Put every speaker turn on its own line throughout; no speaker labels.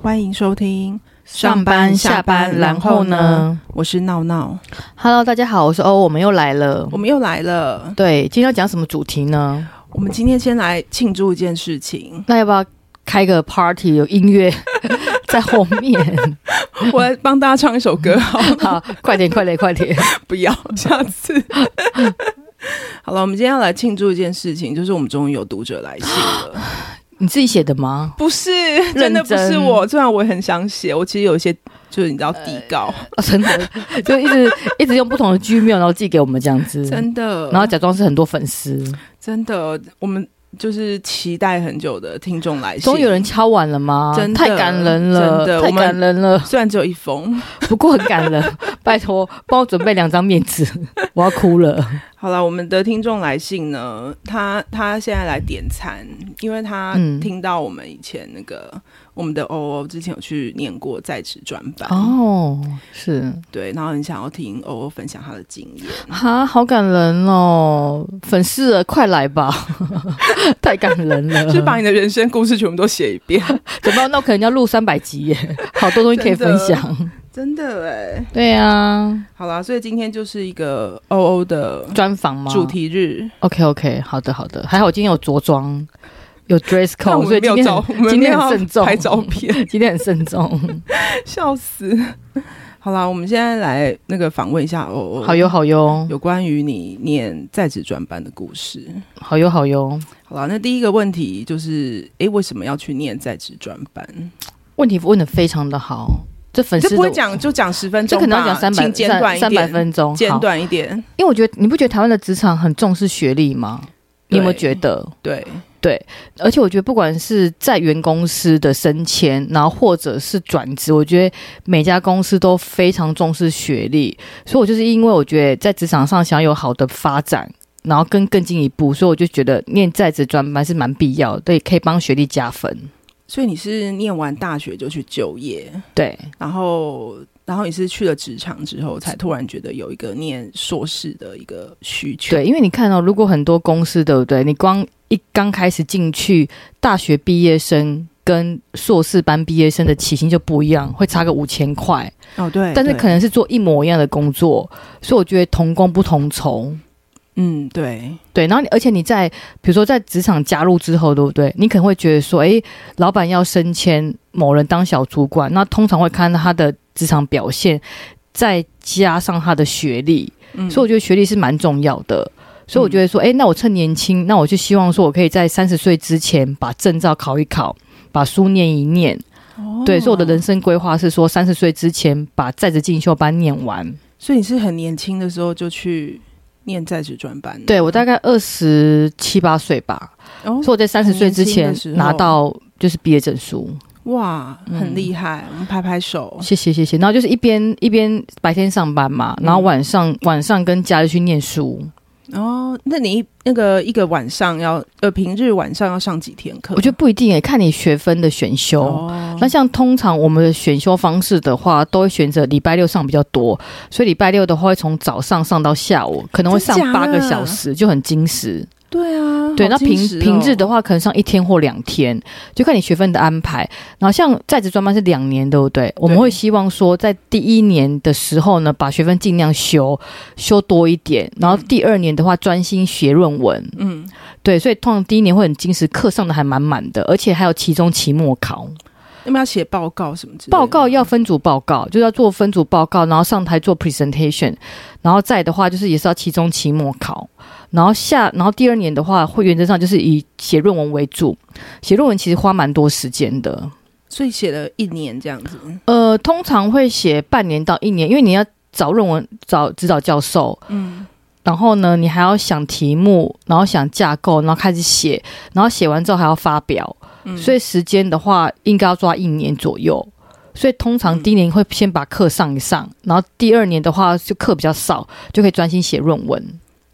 欢迎收听
上班下班，然后？呢
我是闹闹，
？Hello，大家好，我是欧，我们又来了
我。们又来了。
对，今天要讲什么主题呢？，
我们今天先来庆祝一件事情
那要不要开个 party，有音 乐在后 面？
我来帮大家唱一首歌， 好，
好，快点，快点，快点！
不要下次。 好了，我们今天要来庆祝一件事情，就是我们终于有读者来信 了。
你自己写的吗？
不是，真的不
认
是
真
我，虽然我也很想写，我其实有一些就是你知道底稿，
哦、真的，就一直一直用不同的 Gmail，然后寄给我们这样子，
真的，
呃然后假装是很多粉丝，
真的，我们就是期待很久的听众来信，
终于有人敲碗了吗？
真的
太感人
真
了，
的
太
我们
感人了。
虽然只有一封。
不过很感 人，拜托帮我准备两张面纸，我要哭了。
好了，我们的听众来信呢，他他现在来点餐，因为他
嗯
听到我们以前那个、我们的 OO 之前有去念过在职专班，
哦，是。
对，然后很想要听 OO 分享他的经验。
哈，好感人哦！粉丝了，快 来吧，太感人了。
就是把你的人生故事全部都写一 遍，
怎么办？那我可能要录三百集 耶，好多东西可以分享。
真的哎。
对啊，
好啦，所以今天就是一个 OO 的
专访吗？
主题日，
？OK OK，好的好的，还好我今天有着装，有 dress
但我
code，所以
们没
今
有
天
照，
很
我们
今
没
天
有
很慎重
拍照片，
今天很慎重。
笑死。好啦，我们现在来那个访问一下 OO，
好哟好哟
有关于你念在职专班的故事。
好哟好哟。
好了，那第一个问题就是，诶，为什么要去念在职专班？
问题问的非常的好，这粉
这
丝
不会
的。
讲，就讲十分
这
钟
可
吧，
能要讲三百
请简短
三
一
三百
点，
分钟，
简
好，
短一点。
因为我觉得你不觉得台湾的职场很重视学历吗？你有没有
对
觉得？
对，
而且我觉得，不管是在原公司的升迁，然后或者是转职，我觉得每家公司都非常重视学历。所以我就是因为我觉得在职场上想要有好的发展，然后更更进一步，所以我就觉得念在职专班是蛮必要的，也可以帮学历加分。
所以你是念完大学就去就业，
对，
然后，然后你是去了职场之后，才突然觉得有一个念硕士的一个需求。
对，因为你看哦，如果很多公司，对不对？你光一刚开始进去，大学毕业生跟硕士班毕业生的起薪就不一样，会差个五千块。
哦，对，
但是
对
可能是做一模一样的工作，所以我觉得同工不同酬。
嗯，对，
对，然后你而且你在比如说在职场加入之后，对不对？你可能会觉得说，诶，老板要升迁某人当小主管，那通常会看他的职场表现，再加上他的学历，
嗯，
所以我觉得学历是蛮重要的。所以我觉得说，诶，那我趁年轻，那我就希望说我可以在三十岁之前把证照考一考，把书念一念。
哦
对，所以我的人生规划是说，三十岁之前把在职进修班念完。
所以你是很年轻的时候就去念在职专班的，
对我大概二十七八岁吧，
哦
所以我在三十岁之
很年
前
轻的时候
拿到就是毕业证书，
哇，
嗯
很厉害，我们拍拍手。
谢谢谢谢。然后就是一边一边白天上班嘛，
嗯
然后晚上、晚上跟家里去念书。
哦，那你一那个一个晚上要呃，平日晚上要上几天课？
我觉得不一定诶、欸看你学分的选修。
哦
那像通常我们的选修方式的话，都会选择礼拜六上比较多，所以礼拜六的话会从早上上到下午，可能会上
真假
八
的
个小时，就很精实。
对啊，
对，
好
那
矜
平
持哦
平日的话，可能上一天或两天，就看你学分的安排。然后像在职专班是两年，对不对？我们会希望说，在第一年的时候呢，把学分尽量修修多一点，然后第二年的话，专心学论文。
嗯，
对，所以通常第一年会很精实，课上的还满满的，而且还有期中、期末考。
那么要写报告什么之类的
报告要分组报告，就是要做分组报告，然后上台做 presentation，然后再的话就是也是要期中、期末考，然后下，然后第二年的话会原则上就是以写论文为主，写论文其实花蛮多时间的，
所以写了一年这样子。
呃，通常会写半年到一年，因为你要找论文、找指导教授，
嗯，
然后呢你还要想题目，然后想架构，然后开始写，然后写完之后还要发表，所
以
所以时间的话，应该要抓一年左右。所以通
嗯
常第一年会先把课上一上，然后第二年的话就课比较少，就可以专心写论文。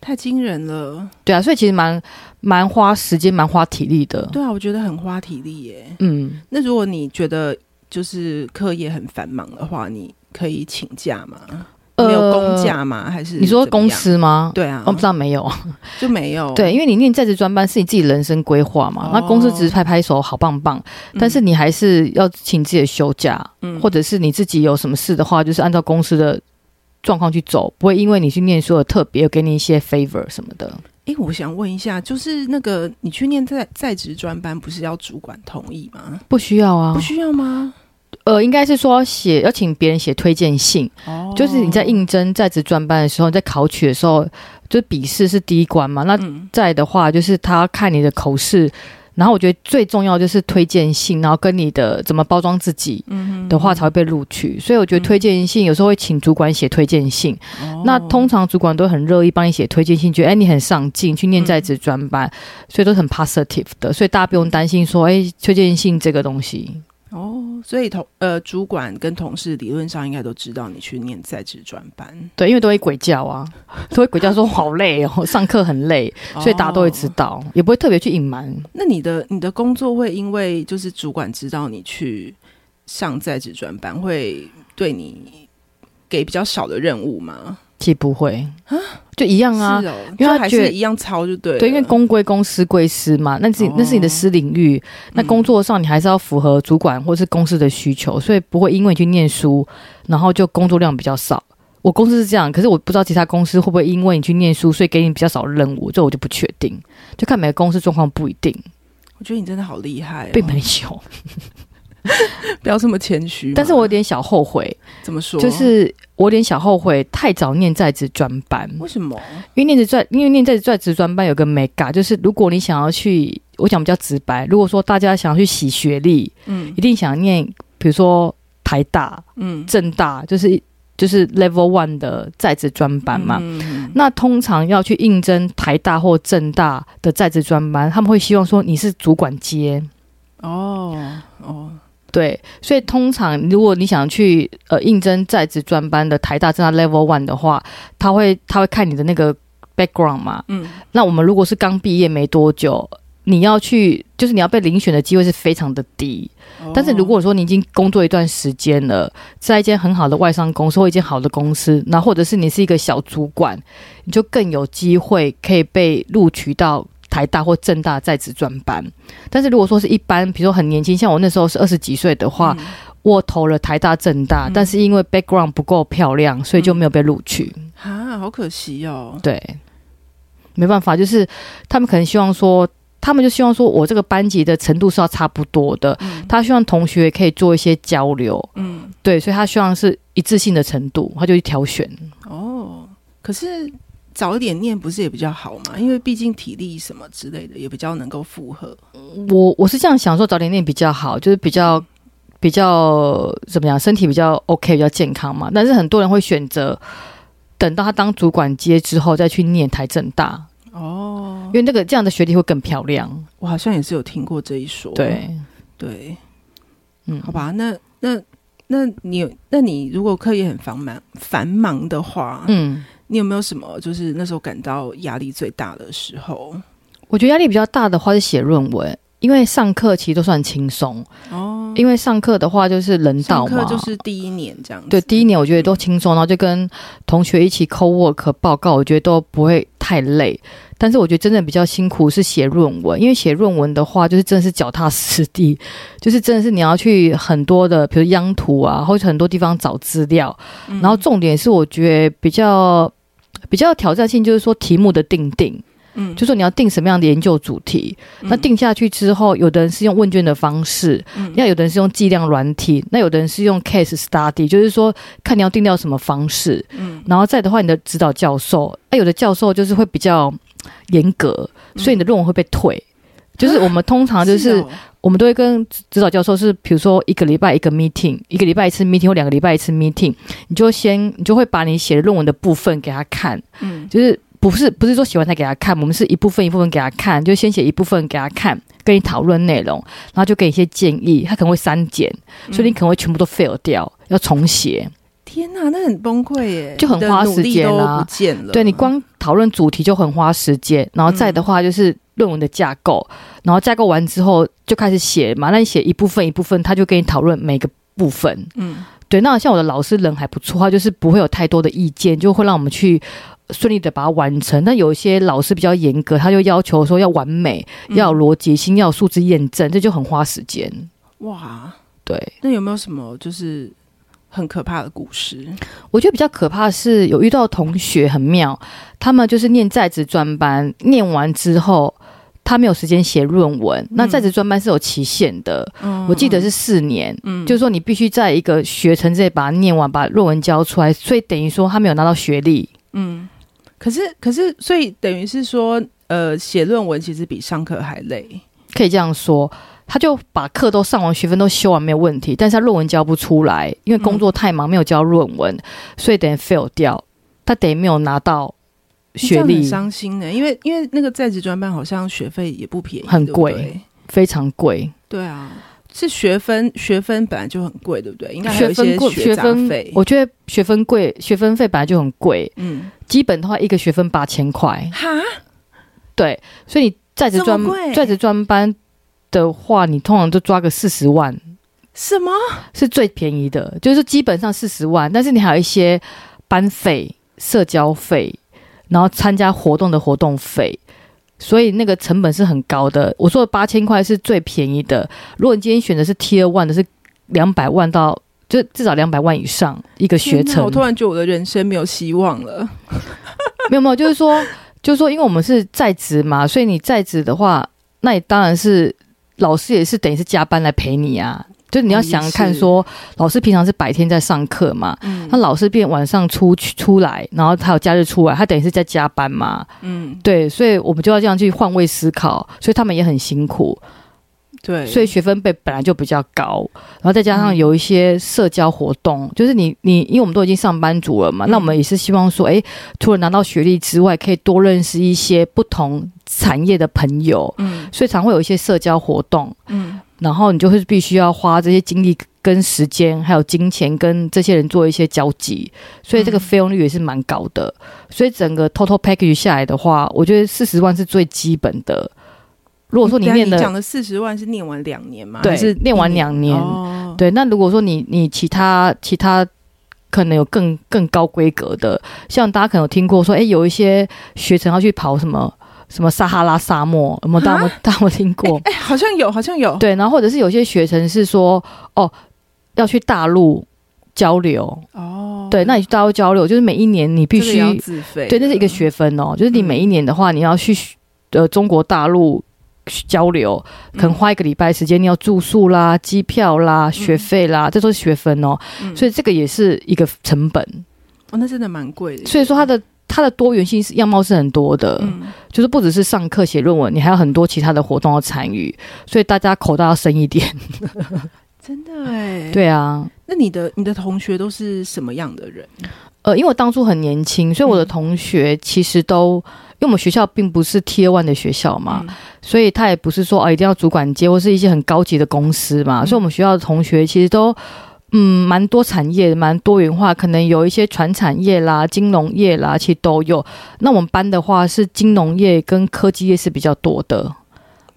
太惊人了。
对啊，所以其实蛮蛮花时间、蛮花体力的。
对啊，我觉得很花体力耶。
嗯，
那如果你觉得就是课业很繁忙的话，你可以请假吗？没有公
呃
假吗？还是
你说
怎么
公
样？
司吗？哦
对啊，
我不知道没有，
就没有。
对，因为你念在职专班是你自己人生规划嘛，那公司只是拍拍手，好棒棒，
嗯，
但是你还是要请自己的休假，
嗯
或者是你自己有什么事的话，就是按照公司的状况去走，不会因为你去念书而特别给你一些 favor 什么的。
诶，我想问一下，就是那个你去念在在职专班，不是要主管同意吗？
不需要啊
不，需要吗？
呃，应该是说要写要请别人写推荐信，
哦
就是你在应征在职专班的时候，你在考取的时候，就笔试是第一关嘛。那
嗯
在的话，就是他看你的口试，然后我觉得最重要就是推荐信，然后跟你的怎么包装自己。
嗯
的话才会被录取，所以我觉得推荐信有时候会请主管写推荐信，
哦
那通常主管都很乐意帮你写推荐信，觉得哎、你很上进，去念
嗯
在职专班，所以都是很 positive 的，所以大家不用担心说哎、推荐信这个东西。
哦，所以同呃主管跟同事理论上应该都知道你去念在职专班，
对，因为都会鬼叫啊， 都会鬼叫说好累哦， 上课很累，所以大家都会知
哦
道，也不会特别去隐瞒。
那你的你的工作会因为就是主管知道你去上在职专班，会对你给比较少的任务吗？
其实不会就一样啊
是，哦，就
因为他
还
觉得
是一样操就对了。
对，因为公归公，私归私嘛，那是、那是你的私领域，那工作上你还是要符合主管或是公司的需求，所以不会因为你去念书，然后就工作量比较少。我公司是这样，可是我不知道其他公司会不会因为你去念书，所以给你比较少任务，这我就不确定，就看每个公司状况不一定，
我觉得你真的好厉害、哦，
并没有。
不要这么谦虚嘛。
但是我有点小后悔，
怎么说，
就是我有点小后悔太早念在职专班，
为什么？
因为念职专，因为念在在职专班有个美嘎，就是如果你想要去，我讲比较直白，如果说大家想要去洗学历，
嗯
一定想念，比如说台大、
嗯，
政大，就是就是 Level One 的在职专班嘛。
嗯，嗯
那通常要去应征台大或政大的在职专班，他们会希望说你是主管接，
哦哦，
对，所以通常如果你想去呃应征在职专班的台大、政大 Level One 的话，他会他会看你的那个 background 嘛。
嗯，
那我们如果是刚毕业没多久，你要去就是你要被遴选的机会是非常的低。
哦
但是如果说你已经工作一段时间了，在一间很好的外商公司或一间好的公司，那或者是你是一个小主管，你就更有机会可以被录取到。台大或正大在职专班，但是如果说是一般，比如说很年轻，像我那时候是二十几岁的话，
嗯
我投了台大、正大，
嗯
但是因为 background 不够漂亮，所以就没有被录取。
啊，好可惜哦。
对，没办法，就是他们可能希望说，他们就希望说我这个班级的程度是要差不多的，
嗯
他希望同学可以做一些交流，
嗯
对，所以他希望是一致性的程度，他就去挑选。
哦，可是早一点念不是也比较好嘛？因为毕竟体力什么之类的也比较能够负荷。
我我是这样想说，早点念比较好，就是比较比较怎么样，身体比较 OK，比较健康嘛。但是很多人会选择等到他当主管接之后再去念台政大，
哦
因，为那个这样的学历会更漂亮。
我好像也是有听过这一说。
对，
哦对，
嗯，
好吧，那那那你那你如果课业很繁忙繁忙的话，
嗯。
你有没有什么就是那时候感到压力最大的时候？
我觉得压力比较大的话是写论文，因为上课其实都算轻松，
哦，
因为上课的话就是人道
上课
嘛，
就是第一年这样子。
对第一年我觉得都轻松，然后就跟同学一起 co work 报告，我觉得都不会太累。但是我觉得真正比较辛苦是写论文，因为写论文的话，就是真的是脚踏实地，就是真的是你要去很多的，比如央图啊，或者很多地方找资料。
嗯，
然后重点是我觉得比较比较有挑战性，就是说题目的定定，
嗯
就说你要定什么样的研究主题，那定下去之后，有的人是用问卷的方式，
嗯
那有的人是用计量软体，那有的人是用 case study，就是说看你要定掉什么方式，
嗯
然后再的话，你的指导教授，那有的教授就是会比较严格，所以你的论文会被退。就是我们通常就是
嗯哦
我们都会跟指导教授是，比如说一个礼拜一个 meeting，一个礼拜一次 meeting 或两个礼拜一次 meeting，你就先你就会把你写的论文的部分给他看，
嗯
就是不是不是说写完才给他看，我们是一部分一部分给他看，就先写一部分给他看，跟你讨论内容，然后就给你一些建议，他可能会删减，
嗯
所以你可能会全部都 fail 掉，要重写。
天呐，那很崩溃耶，
就很
你的
花
努
时
力
间
都
啊
不见了。
对你光讨论主题就很花时间，然后再的话就是论文的架构，然后架构完之后就开始写嘛，那你写一部分一部分，他就跟你讨论每个部分。
嗯
对，那像我的老师人还不错，他就是不会有太多的意见，就会让我们去顺利的把它完成。但有一些老师比较严格，他就要求说要完美，
嗯
要有逻辑性，要有数字验证，这就很花时间。
哇，
对
那有没有什么就是很可怕的故事？
我觉得比较可怕的是有遇到同学很妙，他们就是念在职专班，念完之后。他没有时间写论文，那在职专班是有期限的，我记得是四年，
嗯，
就是说你必须在一个学程之内把它念完，把论文交出来，所以等于说他没有拿到学历。
嗯，可是可是，所以等于是说，呃，写论文其实比上课还累。
可以这样说，他就把课都上完，学分都修完没有问题，但是他论文交不出来，因为工作太忙没有交论文，所以等于 fail 掉，他等于没有拿到学
这样很
历，
伤心呢、因为因为那个在职专班好像学费也不便宜，
很
对不
贵
对
非常贵。
对啊，是学分学分本来就很贵，对不对？应该还有
学
一些
分贵，学
杂
分
费。
我觉得学分贵，学分费本来就很贵，
嗯，
基本的话一个学分八千块，
哈，
对，所以你在职
这
专
么贵
在职专班的话，你通常就抓个四十万。
什么？
是最便宜的，就是基本上四十万，但是你还有一些班费、社交费，然后参加活动的活动费，所以那个成本是很高的。我说的八千块是最便宜的，如果你今天选的是 T 二 one 的，是两百万到就至少两百万以上一个学
天哪
程
嗯我，突然觉得我的人生没有希望了。
没有没有，就是说就是说，因为我们是在职嘛，所以你在职的话，那你当然是老师也是等于是加班来陪你啊。就是你要
哦也
想想看
是
说老师平常是白天在上课嘛，
嗯
他老是变晚上出去出来，然后他有假日出来，他等于是在加班嘛，
嗯，
对，所以我们就要这样去换位思考，所以他们也很辛苦，
嗯对，
所以学分被本来就比较高，然后再加上
嗯
有一些社交活动，就是你你因为我们都已经上班族了嘛，
嗯
那我们也是希望说，诶，除了拿到学历之外，可以多认识一些不同产业的朋友，
嗯
所以常会有一些社交活动，
嗯
然后你就会必须要花这些精力跟时间，还有金钱跟这些人做一些交集，所以这个
嗯
费用率也是蛮高的。所以整个 total package 下来的话，我觉得四十万是最基本的。如果说你
等一下
念
你讲
的
的四十万是念完两年吗？
对
还是
念完两年
哦、
对，那如果说你你其他其他可能有更更高规格的，像大家可能有听过说，诶，有一些学程要去跑什么什么撒哈拉沙漠，有没有大
啊
家有没有大家有没有听过？
哎、好像有，好像有。
对，然后或者是有些学生是说，哦，要去大陆交流，
哦，
对，那你去大陆交流，就是每一年你必
这个
须
也，要自费。
对，那是一个。学分哦，就是你
嗯
每一年的话，你要去呃中国大陆去交流，
嗯
可能花一个礼拜时间，你要住宿啦、机票啦、学费啦，这都是学分哦，
嗯
所以这个也是一个成本，
哦，那真的蛮贵的。
所以说它的。它的多元性是样貌是很多的，
嗯，
就是不只是上课写论文，你还有很多其他的活动要参与，所以大家口袋要深一点。
真的哎。，
对啊，
那你的你的同学都是什么样的人？
呃，因为我当初很年轻，所以我的
嗯
同学其实都，因为我们学校并不是 T one 的学校嘛，
嗯
所以他也不是说啊一定要主管阶或是一些很高级的公司嘛，
嗯
所以我们学校的同学其实都。嗯，蛮多产业，蛮多元化，可能有一些传产业啦、金融业啦，其实都有。那我们班的话是金融业跟科技业是比较多的，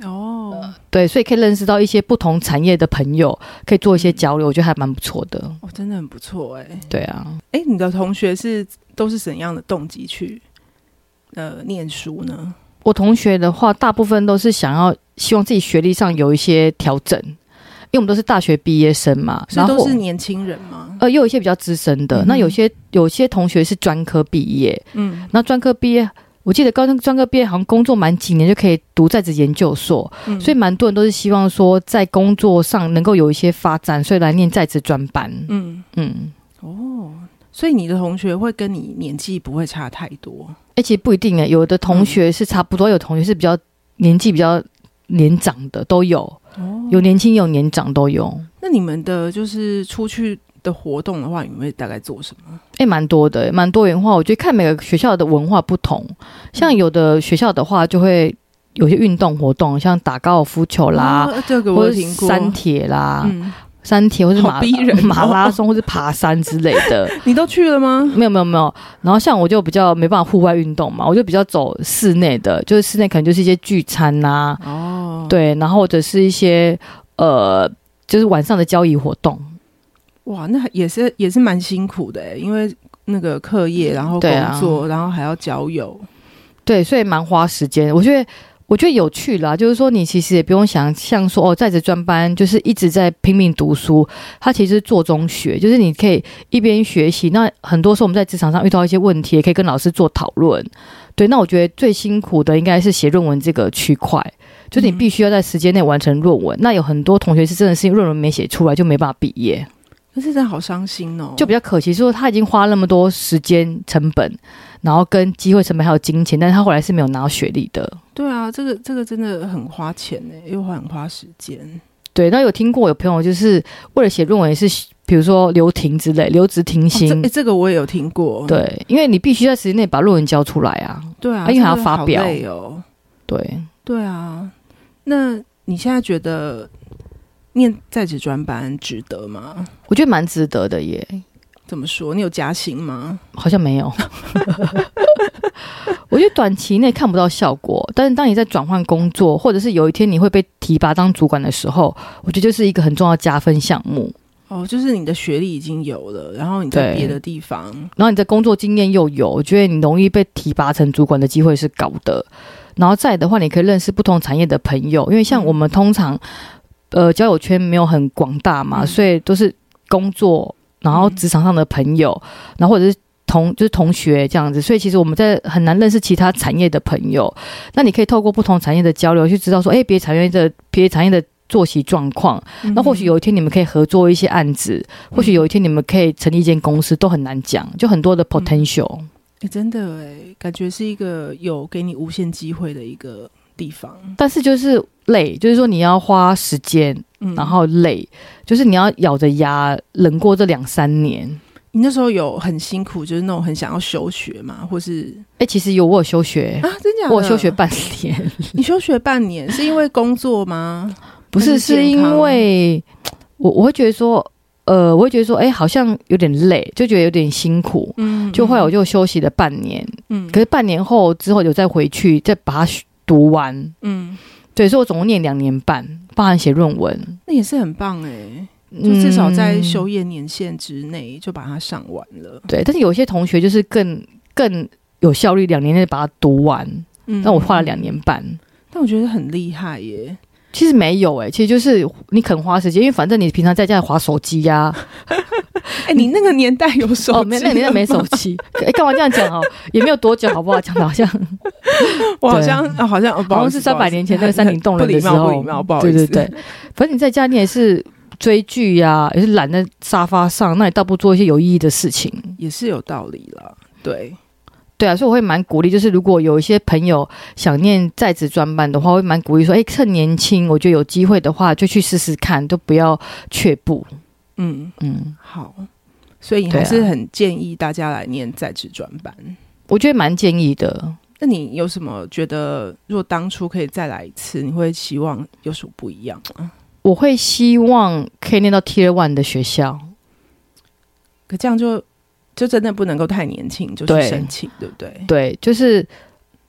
哦
对，所以可以认识到一些不同产业的朋友，可以做一些
嗯
交流，我觉得还蛮不错的。
哦，真的很不错哎。
对啊，
哎，你的同学是都是怎样的动机去呃念书呢？
我同学的话，大部分都是想要希望自己学历上有一些调整，因为我们都是大学毕业生嘛，
所
然
以
后
都是年轻人吗？
呃，也有一些比较资深的，
嗯哼
那有些呃有些同学是专科毕业，
嗯
那专科毕业。我记得高中专科毕业好像工作满几年就可以读在职研究所，
嗯
所以蛮多人都是希望说在工作上能够有一些发展，所以来念在职专班。
嗯，
嗯，
所以你的同学会跟你年纪不会差太多。
哎、其实不一定哎、有的同学
嗯
是差不多，有同学是比较年纪比较年长的都有，
哦
有年轻有年长都有。
那你们的就是出去的活动的话，你们会大概做什么？
诶，蛮多的，欸蛮多元化。我觉得看每个学校的文化不同，
嗯
像有的学校的话，就会有些运动活动，像打高尔夫球啦，
哦，这个我
或啊
有
者
听过。
山铁啦，
嗯，
山铁或是马
好逼人哦
马拉松或是爬山之类的。
你都去了吗？
没有没有没有，然后像我就比较没办法户外运动嘛，我就比较走室内的，就是室内可能就是一些聚餐啊呐、
哦，
对，然后或者是一些呃，就是晚上的交易活动。
哇，那也是也是蛮辛苦的欸，因为那个课业，然后
对啊
工作，然后还要交友，
对，所以蛮花时间。我觉得，我觉得有趣啦，就是说你其实也不用想象说哦，在职专班就是一直在拼命读书，它其实是做中学，就是你可以一边学习。那很多时候我们在职场上遇到一些问题，也可以跟老师做讨论。对，那我觉得最辛苦的应该是写论文这个区块，就是你
嗯
必须要在时间内完成论文。那有很多同学是真的是因为论文没写出来就没办法毕业。
可是真的好伤心哦。
就比较可惜，说他已经花那么多时间成本，然后跟机会成本还有金钱，但是他后来是没有拿到学历的。
对啊，这个这个真的很花钱呢，又很花时间。哦
对，那有听过有朋友就是为了写论文也是，比如说留停之类，留职停
哦这
薪。
诶这个我也有听过。
对，因为你必须在时间内把论文交出来啊。
对啊，
啊因为还要
真的好
发表
累哦。
对，
对啊，那你现在觉得念在职专班值得吗？
我觉得蛮值得的耶。
怎么说？你有加薪吗？
好像没有， 我觉得短期内看不到效果，但是当你在转换工作，或者是有一天你会被提拔当主管的时候，我觉得就是一个很重要的加分项目。
哦，就是你的学历已经有了，然后你在
对
别的地方，
然后你的工作经验又有，我觉得你容易被提拔成主管的机会是高的。然后再来的话，你可以认识不同产业的朋友，因为像
嗯
我们通常，呃，交友圈没有很广大嘛，
嗯
所以都是工作，然后
嗯
职场上的朋友，然后或者是。同就是同学这样子，所以其实我们在很难认识其他产业的朋友。那你可以透过不同产业的交流，去知道说，诶，别产业的别产业的作息状况，那
嗯
或许有一天你们可以合作一些案子，或许有一天你们可以成立一间公司，都很难讲，就很
嗯
多的 potential。
诶真的哎，感觉是一个有给你无限机会的一个地方。
但是就是累，就是说你要花时间，
嗯
然后累，就是你要咬着牙忍过这两三年。
你那时候有很辛苦，就是那种很想要休学嘛，或是
哎、其实有我有休学，
啊，真假的？
我有休学，半 年，
你休学半年是因为工作吗？
不是
那是
是
健康
因为我我会觉得说，呃，我会觉得说，哎、好像有点累，就觉得有点辛苦。
嗯，
就后来我
就
就休息了半年，
嗯
可是半年后之后有再回去，再把它读完，
嗯，
对，所以我总共念两年半，包含写论文，
那也是很棒哎，就
嗯
至少在休业年限之内就把它上完了。
对。但是有一些同学就是更更有效率，两年内把它读完，
嗯
那我花了两，年半。
但我觉得很厉害耶。
其实没有诶、欸其实就是你肯花时间，因为反正你平常在家里划手机呀、
哎，你那个年代有 手
哦，没那个年代没手 机，哎、干嘛这样讲哦？也没有多久，好不好？讲的好像
我好像啊好像
好像是三百年前那个山顶洞人的时候，
不礼貌不礼貌不好意
对
思
对对，反正你在家你也是追剧呀、也是懒在沙发上，那你倒不如做一些有意义的事情。
也是有道理了。对，
对啊，所以我会蛮鼓励，就是如果有一些朋友想念在职专班的话，我会蛮鼓励说，哎，趁年轻，我觉得有机会的话就去试试看，都不要却步。
嗯，
嗯，
好。所以你还
对啊
是很建议大家来念在职专班。
我觉得蛮建议的。
那你有什么觉得，如果当初可以再来一次，你会希望有什么不一样吗？
我会希望可以念到 Tier One 的学校，
可这样就就真的不能够太年轻就
对
去申请，对不对？
对，就是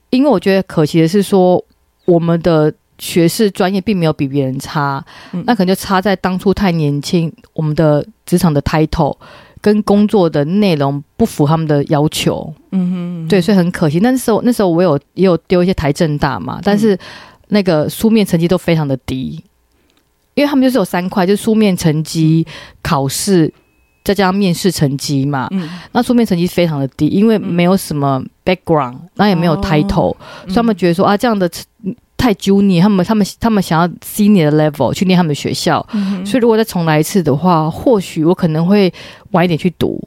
因为我觉得可惜的是说，我们的学士专业并没有比别人差，
嗯
那可能就差在当初太年轻，我们的职场的 title 跟工作的内容不符他们的要求。
嗯哼，
对，所以很可惜。那时候那时候我有也有丢一些台政大嘛，但是那个书面成绩都非常的低，因为他们就是有三块，就是书面成
嗯
绩、考试，再加上面试成绩嘛。
嗯，
那书面成绩非常的低，因为没有什么 background，那也没有
哦
title，、所以他们
嗯
觉得说啊这样的嗯太 junior，他们他们他们想要 senior 的 level 去念他们的学校。
嗯哼
所以如果再重来一次的话，或许我可能会晚一点去读，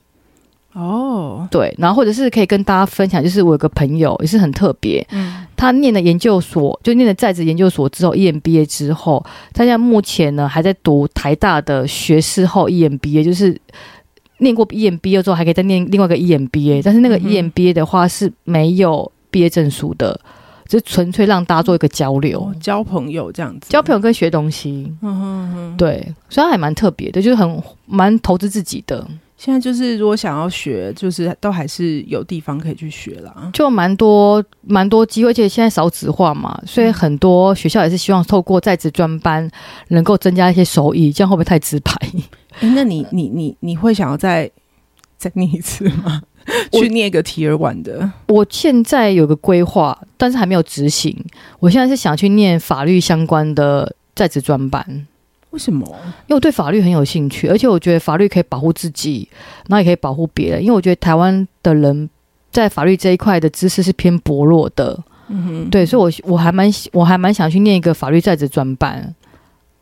哦，
对，然后或者是可以跟大家分享，就是我有个朋友也是很特别，
嗯
他念了研究所，就念了在职研究所之后，EMBA E 之后，他现在目前呢还在读台大的学士后 E EMBA，就是念过 E EMBA 之后，还可以再念另外一个 E EMBA，但是那个
嗯
E
哼
EMBA 的话是没有毕业证书的，就纯粹让大家做一个交流
哦，，交朋友这样子，
交朋友跟学东西。
友，嗯哼嗯哼，
对，所以他还蛮特别的，就是很蛮投资自己的，
现在就是如果想要学，就是都还是有地方可以去学啦。
就蛮多蛮多机会，而且现在少子化嘛，所以很多学校也是希望透过在职专班能够增加一些收益，这样会不会太直白？
诶那你你你你会想要再再念一次吗？
我
去念一个提尔晚的，
我现在有个规划，但是还没有执行。我现在是想去念法律相关的在职专班，
为什么？
因为我对法律很有兴趣，而且我觉得法律可以保护自己，然后也可以保护别人。因为我觉得台湾的人在法律这一块的知识是偏薄弱的，
嗯哼，
对，所以我我还蛮我还蛮想去念一个法律在职专班，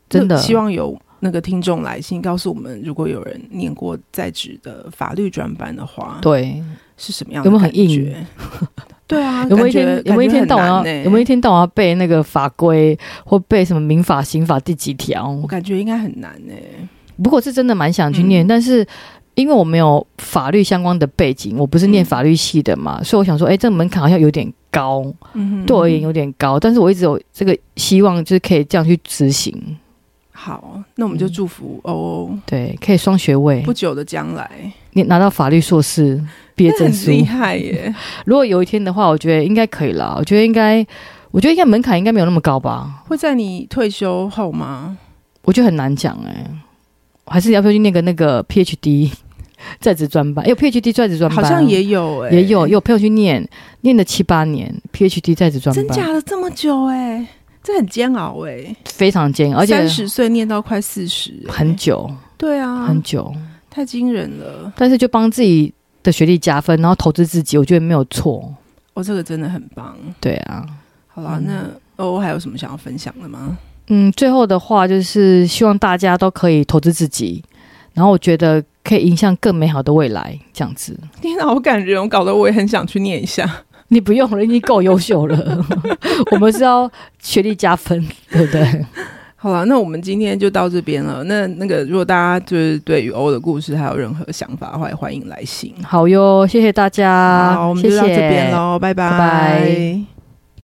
真的
就希望有那个听众来信告诉我们，如果有人念过在职的法律专班的话，
对。
是什么样的
有没有
感
很
觉？
硬
对啊，
有没有一
感
天
觉
有没有一
感觉
天
很
到晚要、
难欸
有没有一天到晚要背那个法规或背什么民法、刑法第几条？
我感觉应该很难呢、欸
不过是真的蛮想去念，
嗯
但是因为我没有法律相关的背景，我不
嗯
是念法律系的嘛，所以我想说，哎、这门槛好像有点高，
嗯哼，
对我而言有点高，但是我一直有这个希望，就是可以这样去执行，
好，那我们就
嗯
祝福欧欧
对，可以双学位
不，久的将来，
你拿到法律硕士毕业
那
证
很
书。
厉害耶！
如果有一天的话，我觉得应该可以啦，我觉得应该，我觉得应该门槛应该没有那么高吧，
会在你退休后吗？
我觉得很难讲哎、还是要不要去念个那个 PhD 在职专班？因为 PhD 在职专班啊
好像也有哎、
也有，也有朋友去念，念了七八年 PhD 在职专
真
班，
假的这么久哎、这很煎熬哎、
非常煎熬，而且
三十岁念到快四十、欸
很久
对啊，
很久，
太惊人了。
但是就帮自己的学历加分，然后投资自己，我觉得没有错。
哦，这个真的很棒。
对啊，
好啦，
嗯
那欧欧还有什么想要分享的吗？
嗯，最后的话就是希望大家都可以投资自己，然后我觉得可以迎向更美好的未来，这样子。
天哪，好感人，哦我搞得我也很想去念一下。
你不用了，你已经够优秀了。 我们是要学历加分，对不对？
好了，那我们今天就到这边了。那那个，如果大家就是对于欧的故事还有任何想法的话，也欢迎来信。
好哟，谢谢大家，
好，我们就到
谢
这
谢
边喽，拜
拜拜